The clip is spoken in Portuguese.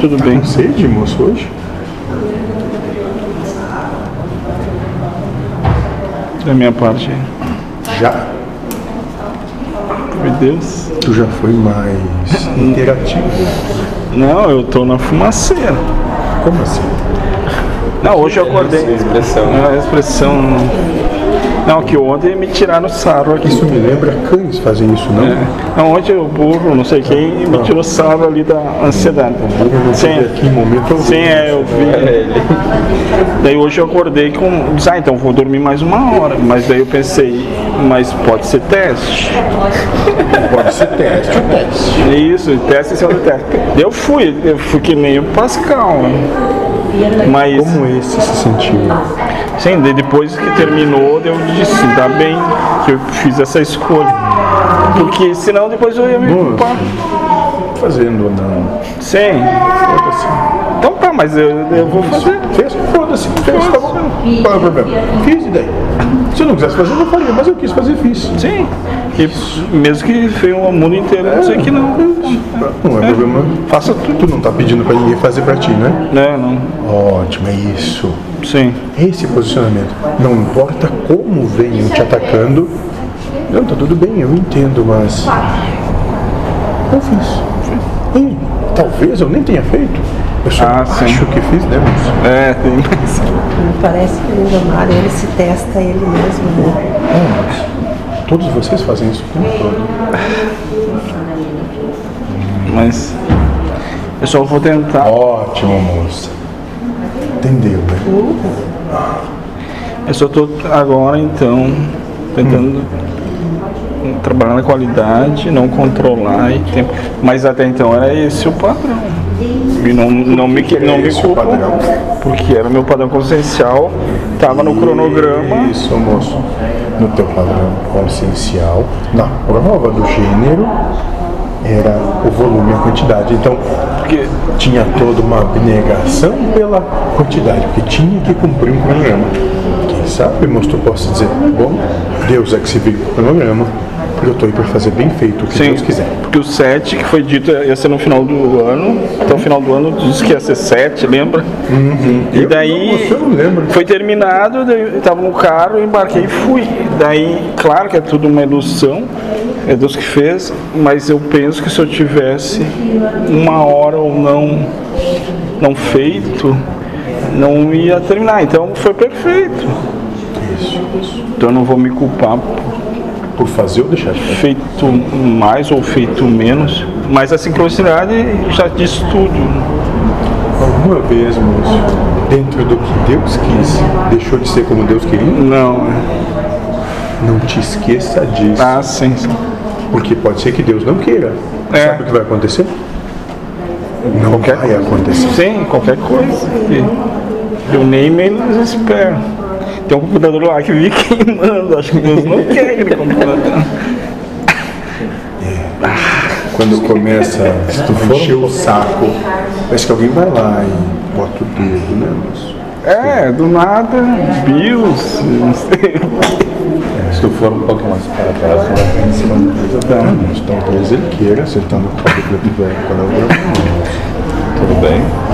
Tudo Tá bem. com sede, moço, hoje? Da minha parte. Já. Meu Deus. Tu já foi mais interativo. Não, eu tô na fumaceira. Como assim? Não, hoje eu acordei. Essa expressão. É, a expressão. Não, que ontem me tiraram sarro aqui. Isso me lembra cães fazem isso, É. não? Não, ontem o burro, não sei quem, Tá. me tirou sarro ali da ansiedade. Eu não Sim, tive aqui em momento algum. sim, é, eu vi. É ele. Daí hoje eu acordei com. disse, Ah, então vou dormir mais uma hora. Mas daí eu pensei, mas pode ser teste. Pode ser teste, o teste. Isso, teste em cima do teste. Daí eu fui, eu fui que nem o Pascal. né? Mas. Como é? esse se sentiu? Sim, daí depois que terminou, eu disse, tá bem que eu fiz essa escolha. Porque senão depois eu ia me Boa. culpar. Fazendo ou não? Sim. Foda-se. Então tá, mas eu, eu vou fazer. Fez? Foda-se. Fez, tá bom. Qual é o problema? Fiz e daí? Se eu não quisesse fazer, eu não faria, mas eu quis fazer, fiz. Sim. E mesmo que feio o mundo inteiro, eu não sei que não. Não é problema. Faça tudo, tu não tá pedindo pra ninguém fazer pra ti, né? Né, não. Ótimo, é isso. Sim. Esse posicionamento. Não importa como venham te atacando. Não, tá tudo bem, eu entendo, mas. Eu fiz. Hum, talvez eu nem tenha feito. Eu só Ah, sim. acho que fiz, né, moço? É, tem mais. Parece que o Lindomar, ele se testa ele mesmo, né? Hum. Não, mas todos vocês fazem isso com todo. Mas. Eu só vou tentar. Ótimo, moça. Entendeu, né? Eu só tô agora então tentando Hum. trabalhar na qualidade, não controlar e tempo. Mas até então era esse o padrão. E não, não me, que não era me esse é o culpo, padrão? porque era meu padrão consciencial, tava no cronograma. Isso, moço. No teu padrão consciencial, na prova do gênero, era o volume e a quantidade. Então, Porque, tinha toda uma abnegação pela quantidade, porque tinha que cumprir um cronograma. Quem sabe, moço, tu possa dizer, bom, Deus é que se vive com o cronograma, porque eu estou aí para fazer bem feito o que sim, Deus quiser. porque o 7 que foi dito ia ser no final do ano, até o final do ano disse que ia ser 7, lembra? Hum. E Eu- daí Não, eu não lembro. foi terminado, daí eu tava no carro, embarquei e fui. Daí, claro que é tudo uma ilusão, é Deus que fez, mas eu penso que se eu tivesse uma hora ou não, não feito, não ia terminar. Então foi perfeito. Isso, isso. Então eu não vou me culpar por Por fazer ou deixar de fazer. feito mais ou feito menos. Mas a sincronicidade já diz tudo. Alguma vez, moço, dentro do que Deus quis, deixou de ser como Deus queria? Não, é. Não te esqueça disso. ah, sim. sim. Porque pode ser que Deus não queira. É. Sabe o que vai acontecer? Não vai acontecer. Sim, qualquer coisa. que Eu nem menos espero. Tem um computador lá que vi queimando, acho que Deus não quer aquele computador. Quando começa, se tu for um encher o saco, parece que alguém vai lá e bota o dedo, né, moço? É, do nada, BIOS, não sei. Se tu for um pouco mais para trás, tu vai ver em cima do piso. Tá, moço, talvez ele queira, sentando o cabelo que tiver, qual é o problema? moço? Tudo bem?